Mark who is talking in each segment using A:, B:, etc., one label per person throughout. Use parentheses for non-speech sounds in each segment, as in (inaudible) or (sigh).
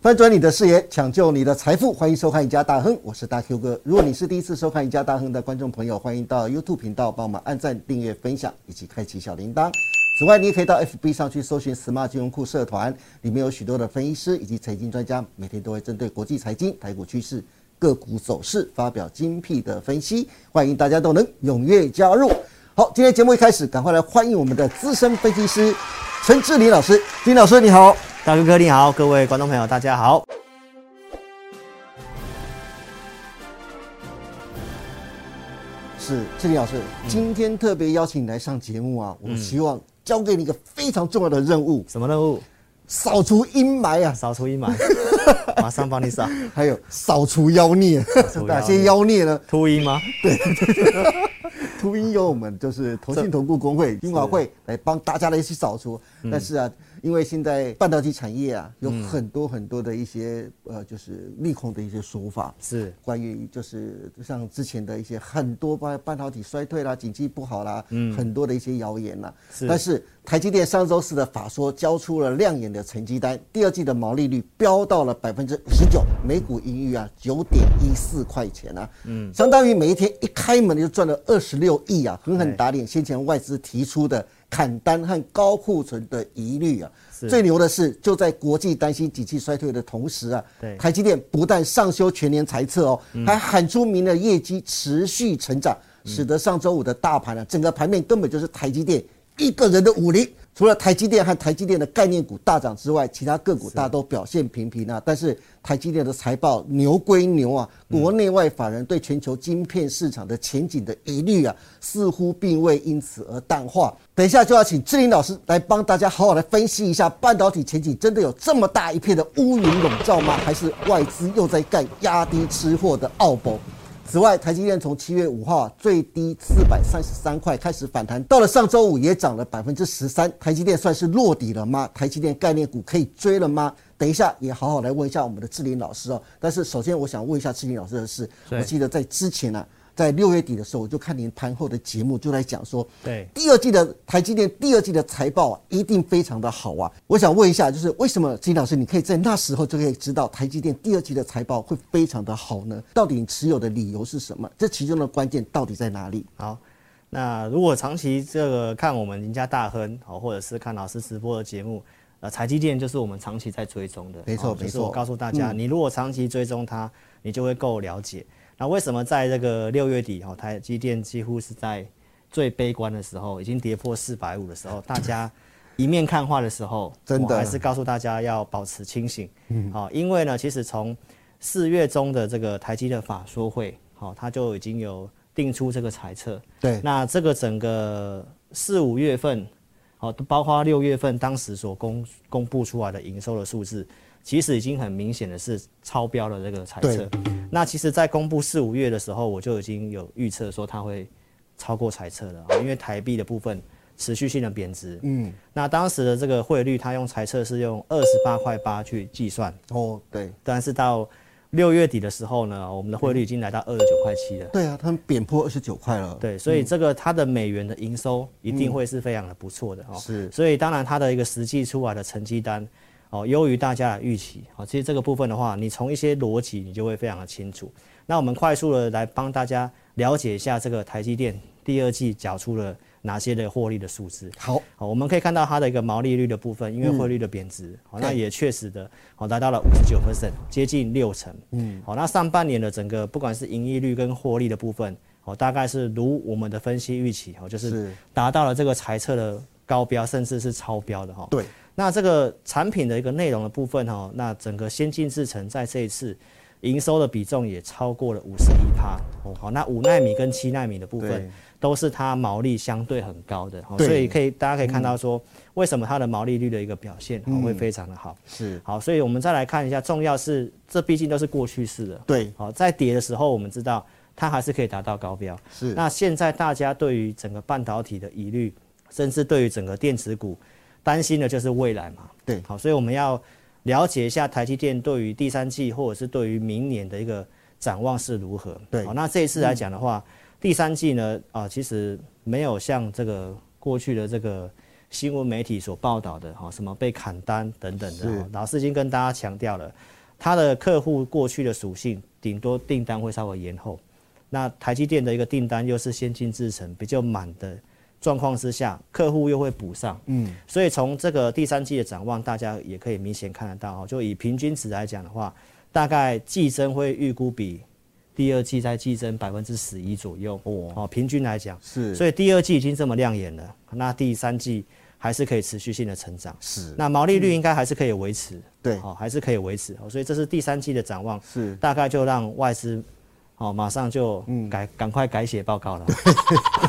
A: 翻转你的视野，抢救你的财富，欢迎收看《一家大亨》，我是大 Q 哥。如果你是第一次收看《一家大亨》的观众朋友，欢迎到 YouTube 频道帮我们按赞、订阅、分享以及开启小铃铛。此外，你也可以到 FB 上去搜寻 “Smart 金融库”社团，里面有许多的分析师以及财经专家，每天都会针对国际财经、台股趋势、个股走势发表精辟的分析，欢迎大家都能踊跃加入。好，今天节目一开始，赶快来欢迎我们的资深分析师陈志林老师。金老师，你好。
B: 大哥哥你好，各位观众朋友大家好。
A: 是志林老师，
B: 嗯
A: 今天特别邀请你来上节目啊，我希望交给你一个非常重要的任务，
B: 什么任务？
A: 扫除阴霾啊，
B: 扫除
A: (laughs)
B: 阴霾，马上帮你扫。
A: 还有扫除妖孽。
B: 嗯除妖孽
A: 哪些妖孽呢？
B: 秃鹰吗？
A: 秃鹰由我们就是投信投顾工会、
B: 嗯
A: 金管会来帮大家来一起扫除。但是啊，因为现在半导体产业啊，有
B: 嗯
A: 很多很多的一些呃，就是利空的一些说法。
B: 是
A: 关于就是像之前的一些很多半半导体衰退啦、景气不好啦，很多的一些谣言啦。
B: 嗯是
A: 但是台积电上周四的法说交出了亮眼的成绩单，第二季的毛利率飙到了百分之十九，每股盈余啊九点一四块钱啊，嗯，相当于每一天一开门就赚了二十六亿啊，狠狠打脸先前外资提出的。砍单和高库存的疑虑啊，
B: 是
A: 最牛的是，就在国际担心景气衰退的同时啊，
B: 对
A: 台积电不但上修全年财测哦，还喊出明年业绩持续成长，使得上周五的大盘啊，整个盘面根本就是台积电一个人的武林。除了台积电和台积电的概念股大涨之外，其他个股大都表现平平啊。但是台积电的财报牛归牛啊，国内外法人对全球晶片市场的前景的疑虑啊，似乎并未因此而淡化。等一下就要请志林老师来帮大家好好来分析一下半导体前景真的有这么大一片的乌云笼罩吗？还是外资又在干压低吃货的奥博？此外，台积电从七月五号啊最低四百三十三块开始反弹，到了上周五也涨了百分之十三。台积电算是落底了吗？台积电概念股可以追了吗？等一下也好好来问一下我们的志林老师哦。但是首先我想问一下志林老师的是，
B: 对
A: 我记得在之前啊，在六月底的时候，我就看您盘后的节目就在讲说，
B: 对
A: 第二季的台积电第二季的财报啊，一定非常的好啊。我想问一下，就是为什么金老师，你可以在那时候就可以知道台积电第二季的财报会非常的好呢？到底你持有的理由是什么？这其中的关键到底在哪里？
B: 好，那如果长期这个看我们赢家大亨，好，或者是看老师直播的节目，呃，台积电就是我们长期在追踪的。
A: 没错
B: 哦就是
A: 没错
B: 我告诉大家，
A: 嗯
B: 你如果长期追踪它，你就会够了解。那为什么在这个六月底，哦，台积电几乎是在最悲观的时候，已经跌破四百五的时候，大家一面看话的时候，
A: 真的
B: 我还是告诉大家要保持清醒。嗯，好、因为呢，其实从四月中的这个台积的法说会，好、它就已经有定出这个猜测。
A: 对，
B: 那这个整个四五月份，好、都包括六月份当时所公公布出来的营收的数字，其实已经很明显的是超标了这个猜测。那其实，在公布四五月的时候，我就已经有预测说它会超过猜测了，哦因为台币的部分持续性的贬值。嗯，那当时的这个汇率，它用猜测是用二十八块八去计算，
A: 哦，对，
B: 但是到六月底的时候呢，哦我们的汇率已经来到二十九块七了。
A: 对啊，他们贬破二十九块了。，
B: 对，所以这个它的美元的营收一定会是非常的不错的哦。
A: 是
B: 所以当然它的一个实际出来的成绩单，哦，优于大家的预期。哦，其实这个部分的话，你从一些逻辑你就会非常的清楚。那我们快速的来帮大家了解一下这个台积电第二季缴出了哪些的获利的数字。
A: 好，
B: 好，我们可以看到它的一个毛利率的部分，因为汇率的贬值，好，那
A: 嗯对
B: 也确实的，好，达到了五十九 percent，接近六成。嗯，好，那上半年的整个不管是盈利率跟获利的部分，好，大概是如我们的分析预期，好，就是
A: 是
B: 达到了这个财测的高标，甚至是超标的哈。
A: 对，
B: 那这个产品的一个内容的部分哈，那整个先进制程在这一次营收的比重也超过了五十一趴哦。好，那五纳米跟七纳米的部
A: 对
B: 分都是它毛利相对很高的，哦
A: 对嗯
B: 所以可以大家可以看到说，为什么它的毛利率的一个表现哦会非常的好。
A: 是，
B: 好，所以我们再来看一下，重要是这毕竟都是过去式的。
A: 对，
B: 好，在跌的时候，我们知道它还是可以达到高标。
A: 是，
B: 那现在大家对于整个半导体的疑虑，甚至对于整个电子股担心的就是未来嘛。
A: 对
B: 好，所以我们要了解一下台积电对于第三季或者是对于明年的一个展望是如何。
A: 对
B: 好，那这一次来讲的话，第三季呢，啊，其实没有像这个过去的这个新闻媒体所报道的哈，什么被砍单等等的哈，老师已经跟大家强调了，他的客户过去的属性，顶多订单会稍微延后。那台积电的一个订单又是先进制程比较满的状况之下，客户又会补上，嗯，所以从这个第三季的展望，大家也可以明显看得到哈，就以平均值来讲的话，大概季增会预估比第二季再季增百分之十一左右，哦，哦，平均来讲
A: 是
B: 所以第二季已经这么亮眼了，那第三季还是可以持续性的成长，
A: 是嗯
B: 那毛利率应该还是可以维持，
A: 对
B: 好、还是可以维持，哦所以这是第三季的展望，
A: 是
B: 大概就让外资。好、马上就
A: 嗯
B: 改，赶快改写报告
A: (laughs)
B: 了。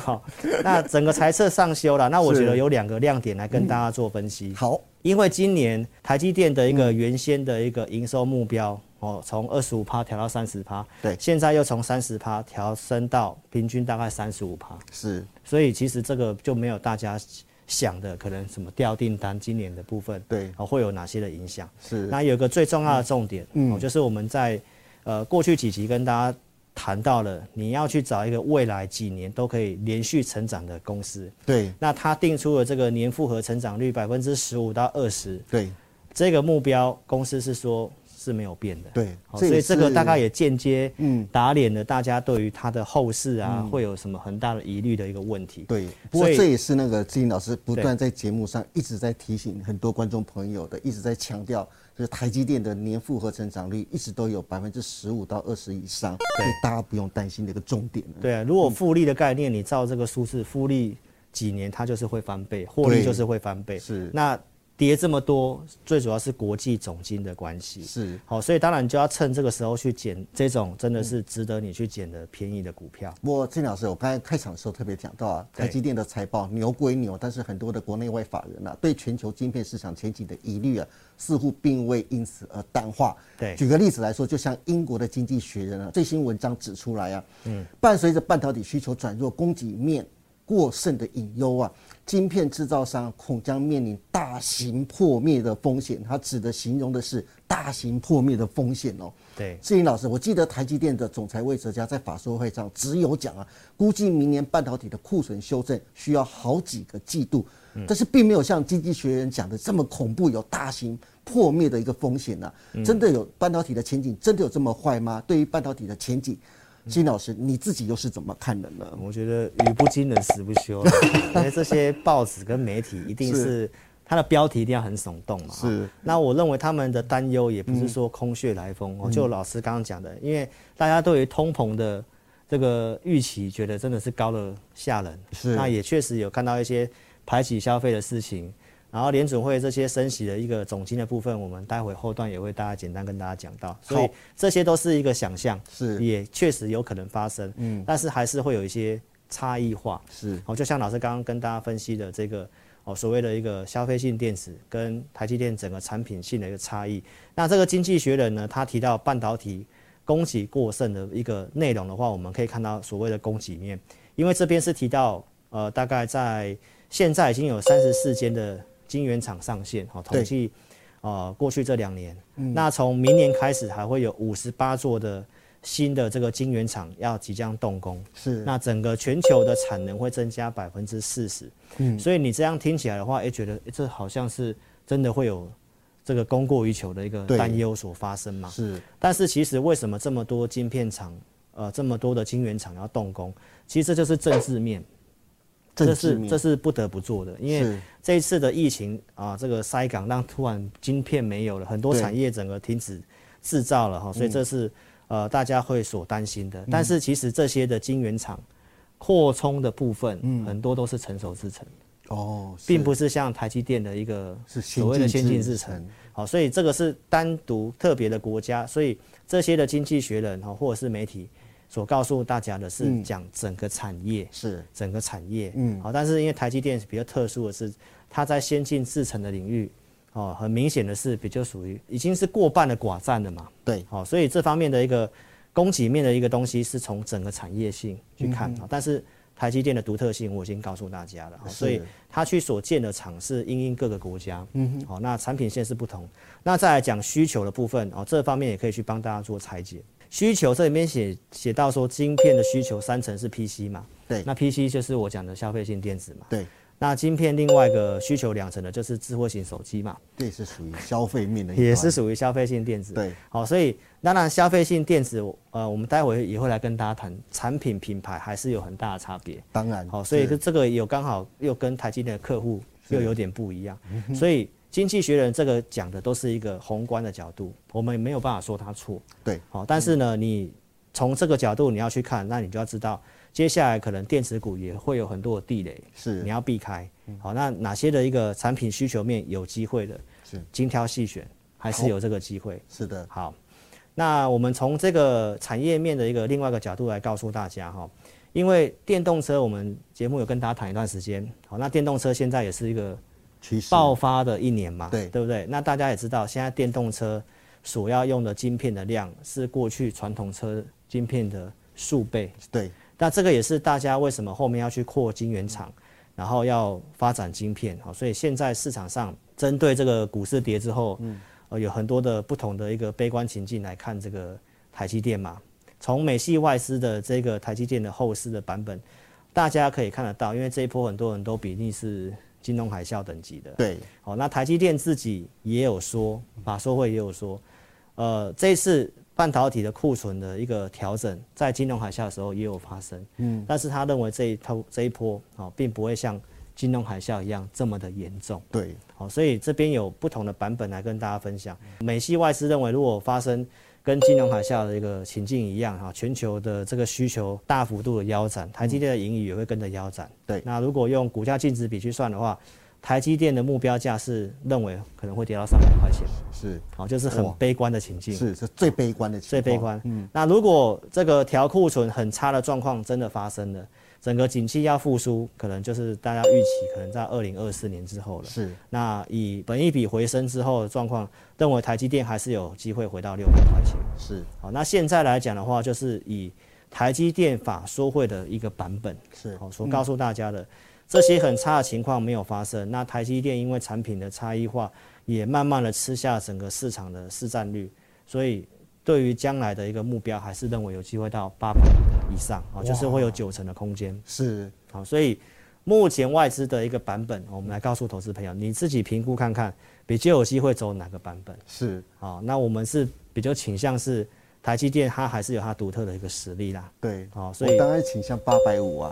B: 好、那整个财测上修了，那我觉得有两个亮点来
A: 嗯
B: 跟大家做分析。
A: 好，
B: 因为今年台积电的一
A: 嗯
B: 个原先的一个营收目标，哦，从二十五趴调到三十趴，
A: 对
B: 现在又从三十趴调升到平均大概三十五趴，
A: 是
B: 所以其实这个就没有大家想的可能什么掉订单，今年的部分
A: 对
B: 哦会有哪些的影响？
A: 是
B: 那有一个最重要的重点，嗯，就是我们在呃过去几集跟大家谈到了，你要去找一个未来几年都可以连续成长的公司。
A: 对
B: 那他定出了这个年复合成长率百分之十五到二十
A: 对
B: 这个目标，公司是说是没有变的。
A: 对
B: 好
A: 这也
B: 所以这个
A: 是嗯
B: 大概也间接打脸了大家对于它的后市啊、会有什么很大的疑虑的一个问题。
A: 对。不过
B: 所以
A: 这也是那个志英老师不断在节目上一直在提醒很多观众朋友的，一直在强调，就是台积电的年复合成长率一直都有百分之十五到二十以上，所以大家不用担心的一个重点了。
B: 对啊，如果复利的概念，你照这个数字，复利几年它就是会翻倍，获利
A: 对
B: 就是会翻倍。
A: 是
B: 那跌这么多，最主要是国际总金的关系。
A: 是。
B: 好，所以当然就要趁这个时候去捡这种真的是值得你去捡的便宜的股票。
A: 不过，郑老师，我刚才开场的时候特别讲到啊，
B: 对
A: 台积电的财报牛归牛，但是很多的国内外法人啊，对全球晶片市场前景的疑虑啊，似乎并未因此而淡化。
B: 对
A: 举个例子来说，就像英国的《经济学人》啊，最新文章指出来啊，嗯，伴随着半导体需求转弱、供给面过剩的隐忧啊，晶片制造商恐将面临大型破灭的风险。它指的形容的是大型破灭的风险哦。
B: 对
A: 志颖老师，我记得台积电的总裁魏哲嘉在法说会上只有讲啊，估计明年半导体的库存修正需要好几个季度，
B: 嗯
A: 但是并没有像经济学人讲的这么恐怖，有大型破灭的一个风险啊。
B: 嗯
A: 真的有半导体的前景真的有这么坏吗？对于半导体的前景，
B: 嗯
A: 志颖老师你自己又是怎么看的呢？
B: 我觉得语不惊人死不休啦， (laughs) 因为这些报纸跟媒体一定是它的标题一定要很耸动嘛。
A: 是嗯
B: 哈。那我认为他们的担忧也不是说空穴来风哦，就老师刚刚讲的，因为大家对于通膨的这个预期，觉得真的是高了吓人。
A: 是
B: 那也确实有看到一些排挤消费的事情。然后联准会这些升息的一个总金的部分，我们待会后段也会大家简单跟大家讲到，所以
A: 好
B: 这些都是一个想象，
A: 是
B: 也确实有可能发生，嗯，但是还是会有一些差异化，
A: 是
B: 哦，就像老师刚刚跟大家分析的这个哦，所谓的一个消费性电子跟台积电整个产品性的一个差异。那这个经济学人呢，他提到半导体供给过剩的一个内容的话，我们可以看到所谓的供给面，因为这边是提到呃，大概在现在已经有三十四间的晶圆厂上线，哦，统
A: 对
B: 计。呃，过去这两年，那从明年开始还会有五十八座的新的这个晶圆厂要即将动工，
A: 是
B: 那整个全球的产能会增加百分之四十，所以你这样听起来的话，哎、觉得、诶这好像是真的会有这个供过于求的一个
A: 对
B: 担忧所发生嘛？
A: 是
B: 但是其实为什么这么多晶片厂，呃，这么多的晶圆厂要动工？其实这就是政治面，
A: 政
B: 这
A: 治
B: 是
A: 面
B: 这是不得不做的，因为
A: 是
B: 这一次的疫情啊，这个塞港让突然晶片没有了，很多
A: 对嗯
B: 产业整个停止制造了哈，所以这是、呃大家会所担心的。但是其实这些的晶圆厂扩充的部分，很多都是成熟制程，
A: 哦，嗯是
B: 并不是像台积电的一个
A: 是先进
B: 所谓的先进
A: 制
B: 制
A: 程
B: 程。好，所以这个是单独特别的国家，所以这些的经济学人哈或者是媒体所告诉大家的
A: 嗯
B: 是讲整个产业。
A: 是
B: 整个产业，嗯，好，但是因为台积电是比较特殊的是，它在先进制程的领域，哦，很明显的是比较属于已经是过半的寡占了嘛，
A: 对
B: 好、哦所以这方面的一个供给面的一个东西是从整个产业性去看啊、但是台积电的独特性我已经告诉大家了，好所以它去所建的厂是因应各个国家，嗯哼，好、那产品线是不同。那再来讲需求的部分哦，这方面也可以去帮大家做拆解。需求这里面写写到说，晶片的需求三成是 PC 嘛，
A: 对
B: 那 PC 就是我讲的消费性电子嘛，
A: 对
B: 那晶片另外一个需求两成的就是智慧型手机嘛，哦
A: 这是属于消费面的一
B: 也
A: 环，
B: 是属于消费性电子。
A: 对，
B: 好，所以当然消费性电子，呃，我们待会也会来跟大家谈产品品牌还是有很大的差别。
A: 当然
B: 好，所以
A: 是
B: 这个有刚好又跟台积电的客户又有点不一样，
A: 嗯
B: 所以经济学人这个讲的都是一个宏观的角度，我们没有办法说它错。
A: 对，嗯
B: 好，但是呢，你从这个角度你要去看，那你就要知道，接下来可能电子股也会有很多的地雷，
A: 是嗯
B: 你要避开。好，那哪些的一个产品需求面有机会的，
A: 是
B: 精挑细选，还是有这个机会。
A: 是的，
B: 好，那我们从这个产业面的一个另外一个角度来告诉大家哈，因为电动车我们节目有跟大家谈一段时间，好，那电动车现在也是一个
A: 趋势
B: 爆发的一年嘛，
A: 对
B: 对不对？那大家也知道，现在电动车所要用的晶片的量是过去传统车晶片的数倍，
A: 对
B: 那这个也是大家为什么后面要去扩晶圆厂，然后要发展晶片，好，所以现在市场上针对这个股市跌之后，呃，有很多的不同的一个悲观情境来看这个台积电嘛。从美系外资的这个台积电的后市的版本，大家可以看得到，因为这一波很多人都比例是金融海啸等级的，
A: 对
B: 好，那台积电自己也有说，法说会也有说，呃，这一次半导体的库存的一个调整，在金融海啸的时候也有发生，嗯，但是他认为这一头这一波啊、哦并不会像金融海啸一样这么的严重，
A: 对
B: 好、所以这边有不同的版本来跟大家分享。美系外资认为，如果发生跟金融海啸的一个情境一样哈，全球的这个需求大幅度的腰斩，台积电的盈余也会跟着腰斩。
A: 对
B: 那如果用股价净值比去算的话，台积电的目标价是认为可能会跌到三百块钱，
A: 是
B: 好，就是很
A: 哇
B: 悲观的情境。
A: 是是嗯最悲观的情
B: 最
A: 况，
B: 悲观。那如果这个调库存很差的状况真的发生了，整个景气要复苏，可能就是大家预期可能在二零二四年之后了。
A: 是
B: 那以本一比回升之后的状况，认为台积电还是有机会回到六百块钱。
A: 是
B: 好，那现在来讲的话，就是以台积电法说会的一个版本，
A: 是
B: 好所告诉大家的、这些很差的情况没有发生。那台积电因为产品的差异化，也慢慢的吃下整个市场的市占率，所以对于将来的一个目标，还是认为有机会到八百以上，啊，就是会有九成的空间。
A: 是
B: 好，所以目前外资的一个版本，我们来告诉投资朋友，你自己评估看看，比较有机会走哪个版本。
A: 是，
B: 好，那我们是比较倾向是台积电，它还是有它独特的一个实力啦。
A: 对，
B: 好，哦所
A: 我
B: 以
A: 当然倾向八百五啊，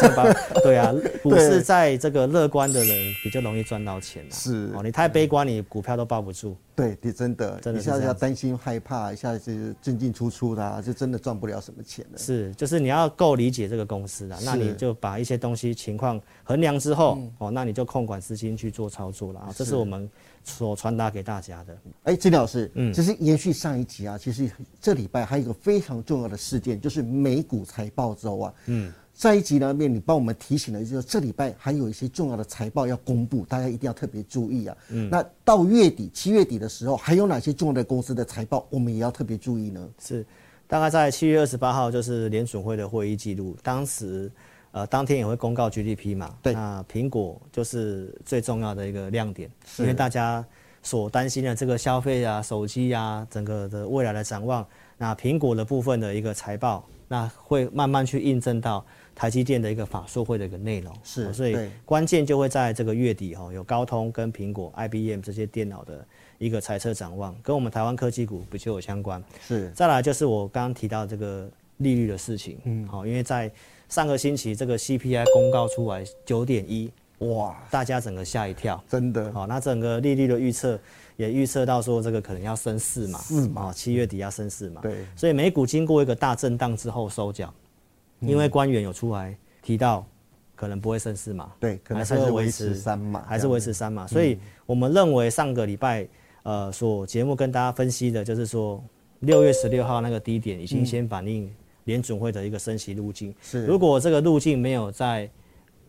B: 是吧？对啊，股市在这个乐观的人比较容易赚到钱啦。
A: 是
B: 哦，你太悲观，你股票都抱不住。
A: 对，你真的
B: 真的
A: 一
B: 是这
A: 下子
B: 样
A: 要
B: 子
A: 担心害怕，一下子进进出出的、啊，就真的赚不了什么钱了。
B: 是，就是你要够理解这个公司啦，那
A: 是
B: 你就把一些东西情况衡量之后，哦，那你就控管资金去做操作了啊。这是我们所传达给大家的。
A: 哎，金老师，嗯，其实延续上一集啊，其实这礼拜还有一个非常重要的事件，就是美股财报之后啊，嗯，上一集呢，面你帮我们提醒了，就是这礼拜还有一些重要的财报要公布，大家一定要特别注意啊。嗯，那到月底七月底的时候，还有哪些重要的公司的财报，我们也要特别注意呢？
B: 是，大概在七月二十八号，就是联准会的会议记录，当时呃当天也会公告 GDP 嘛，
A: 对
B: 那苹果就是最重要的一个亮点，因为大家所担心的这个消费啊、手机啊，整个的未来的展望，那苹果的部分的一个财报，那会慢慢去印证到台积电的一个法说会的一个内容，
A: 是
B: 哦所以
A: 对
B: 关键就会在这个月底哦，有高通跟苹果、IBM 这些电脑的一个财测展望，跟我们台湾科技股不就有相关？
A: 是
B: 再来就是我刚刚提到这个利率的事情，嗯，好，因为在上个星期这个 CPI 公告出来九点一，
A: 哇，
B: 大家整个吓一跳。
A: 真的
B: 好，哦那整个利率的预测也预测到说这个可能要升四嘛，四嘛，七月底要升四嘛，
A: 对
B: 所以美股经过一个大震荡之后收脚，因
A: 嗯
B: 为官员有出来提到可能不会升四嘛，
A: 对可能还是
B: 会
A: 维持三码
B: 还
A: 这
B: 是
A: 样嗯
B: 维持三嘛，所以我们认为上个礼拜呃所节目跟大家分析的就是说六月十六号那个低点已经先反映联准会的一个升息路径，
A: 嗯是
B: 如果这个路径没有在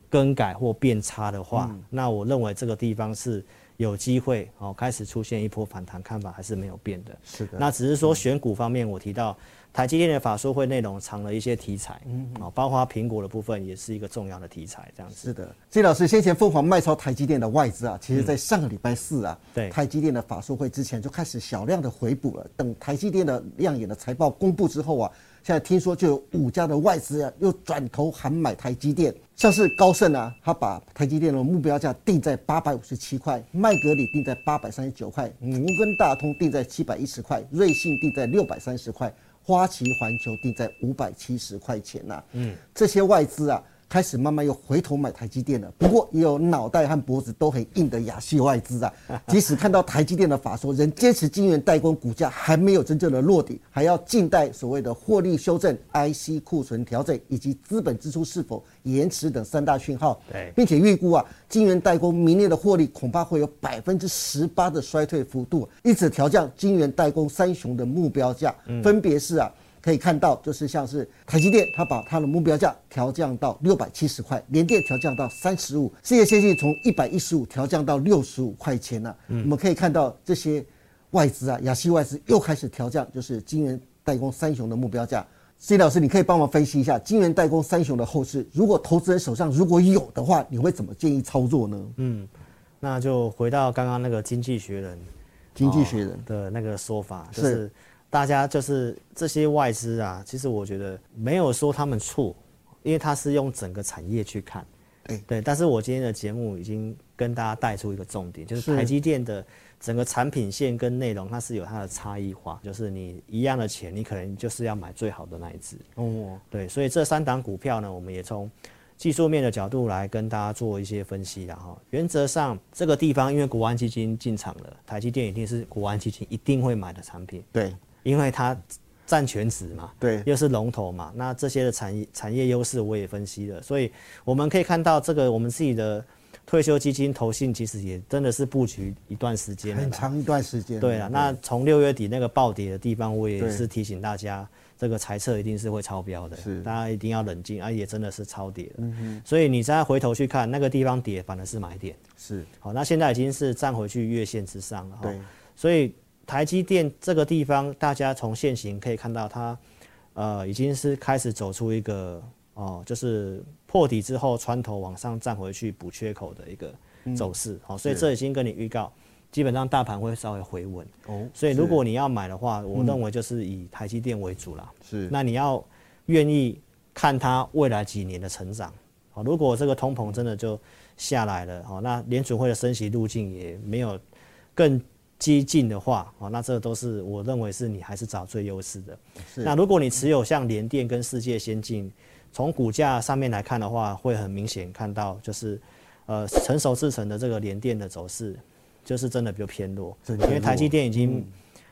B: 更改或变差的话，那我认为这个地方是有机会哦，开始出现一波反弹，看法还是没有变的。
A: 是的，
B: 那只是说选股方面，我提到台积电的法说会内容藏了一些题材，啊，包括苹果的部分也是一个重要的题材，这样子。
A: 是的，所以老师先前凤凰卖超台积电的外资啊，其实在上个礼拜四啊，
B: 嗯对
A: 台积电的法说会之前就开始小量的回补了。等台积电的亮眼的财报公布之后啊，现在听说就有五家的外资啊又转头喊买台积电，像是高盛啊，他把台积电的目标价定在八百五十七块，麦格里定在八百三十九块，摩根大通定在七百一十块，瑞信定在六百三十块。花旗环球定在五百七十块钱呐、嗯，这些外资啊，开始慢慢又回头买台积电了。不过也有脑袋和脖子都很硬的亚系外资啊，即使看到台积电的法说，仍坚持晶圆代工股价还没有真正的落底，还要静待所谓的获利修正、IC 库存调整以及资本支出是否延迟等三大讯号。
B: 对
A: 并且预估啊，晶圆代工明年的获利恐怕会有百分之十八的衰退幅度，因此调降晶圆代工三雄的目标价，分别是啊。可以看到，就是像是台积电，它把它的目标价调降到六百七十块，联电调降到三十五，世界先进从一百一十五调降到六十五块钱了、我们可以看到这些外资啊，亚细外资又开始调降，就是晶圆代工三雄的目标价。C 老师，你可以帮忙分析一下晶圆代工三雄的后市。如果投资人手上如果有的话，你会怎么建议操作呢？
B: 那就回到刚刚那个经济学人
A: 经济学人
B: 哦的那个说法，
A: 是
B: 就是大家就是这些外资啊，其实我觉得没有说他们错，因为他是用整个产业去看。
A: 对
B: 对，但是我今天的节目已经跟大家带出一个重点，就是
A: 是
B: 台积电的整个产品线跟内容，它是有它的差异化，就是你一样的钱，你可能就是要买最好的那一只。
A: 哦，
B: 对，所以这三档股票呢，我们也从技术面的角度来跟大家做一些分析啦哈。原则上，这个地方因为国安基金进场了，台积电一定是国安基金一定会买的产品，
A: 对
B: 因为它占全值嘛，
A: 对
B: 又是龙头嘛，那这些的产业产业优势我也分析了，所以我们可以看到这个我们自己的退休基金投信其实也真的是布局一段时间了
A: 很
B: 啦。
A: 长一段时间。
B: 对了，那从六月底那个暴跌的地方，我也
A: 嗯对
B: 是提醒大家，这个财测一定是会超标的，
A: 是嗯
B: 大家一定要冷静啊，也真的是超跌了。所以你再回头去看那个地方跌，反而是买点。
A: 是
B: 好，那现在已经是站回去月线之上了哈。
A: 对
B: 所以台积电这个地方，大家从现行可以看到它，呃，已经是开始走出一个哦、就是破底之后穿头往上站回去补缺口的一个
A: 嗯
B: 走势。好、所以这已经跟你预告，基本上大盘会稍微回稳。
A: 哦，
B: 所以如果你要买的话，我认为就是以台积电为主啦。
A: 是
B: 那你要愿意看它未来几年的成长。好，如果这个通膨真的就下来了，好，那联储会的升息路径也没有更激进的话，好，那这都是我认为是你还是找最优势的。
A: 是
B: 那如果你持有像联电跟世界先进，从股价上面来看的话，会很明显看到就是，呃，成熟制成的这个联电的走势，就是真的比较偏弱，
A: 真
B: 因
A: 的嗯
B: 为台积电已经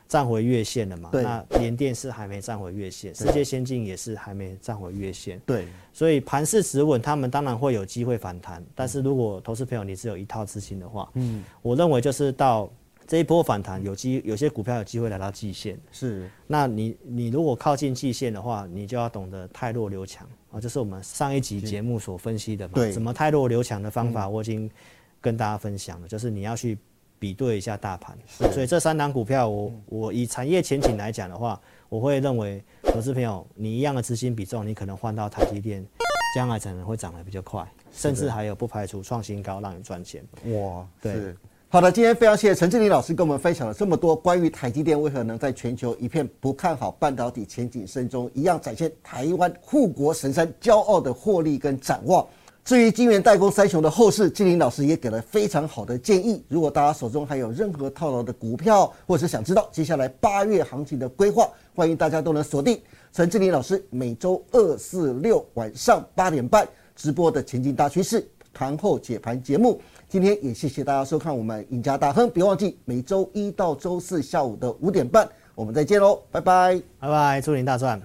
B: 站回月线了嘛，
A: 对
B: 那联电是还没站回月线，世界先进也是还没站回月线，
A: 对
B: 所以盘势止稳，他们当然会有机会反弹。但是如果投资朋友你只有一套资金的话，嗯，我认为就是到这一波反弹，有机有些股票有机会来到季线。
A: 是
B: 那你你如果靠近季线的话，你就要懂得汰弱留强啊，就是我们上一集节目所分析的嘛。
A: 对
B: 怎么汰弱留强的方法，我已经跟大家分享了，就是你要去比对一下大盘。所以这三档股票我，我以产业前景来讲的话，我会认为投资朋友你一样的资金比重，你可能换到台积电，将来可能会涨得比较快，甚至还有不排除创新高让你赚钱。
A: 哇，
B: 对
A: 是。好的，今天非常谢谢陈志林老师跟我们分享了这么多关于台积电为何能在全球一片不看好半导体前景声中，一样展现台湾护国神山骄傲的获利跟展望。至于晶圆代工三雄的后市，志林老师也给了非常好的建议。如果大家手中还有任何套牢的股票，或者是想知道接下来八月行情的规划，欢迎大家都能锁定陈志林老师每周二、四、六晚上八点半直播的《前进大趋势》盘后解盘节目。今天也谢谢大家收看我们赢家大亨，别忘记每周一到周四下午的五点半，我们再见喽，拜拜。
B: 拜拜，祝您大赚！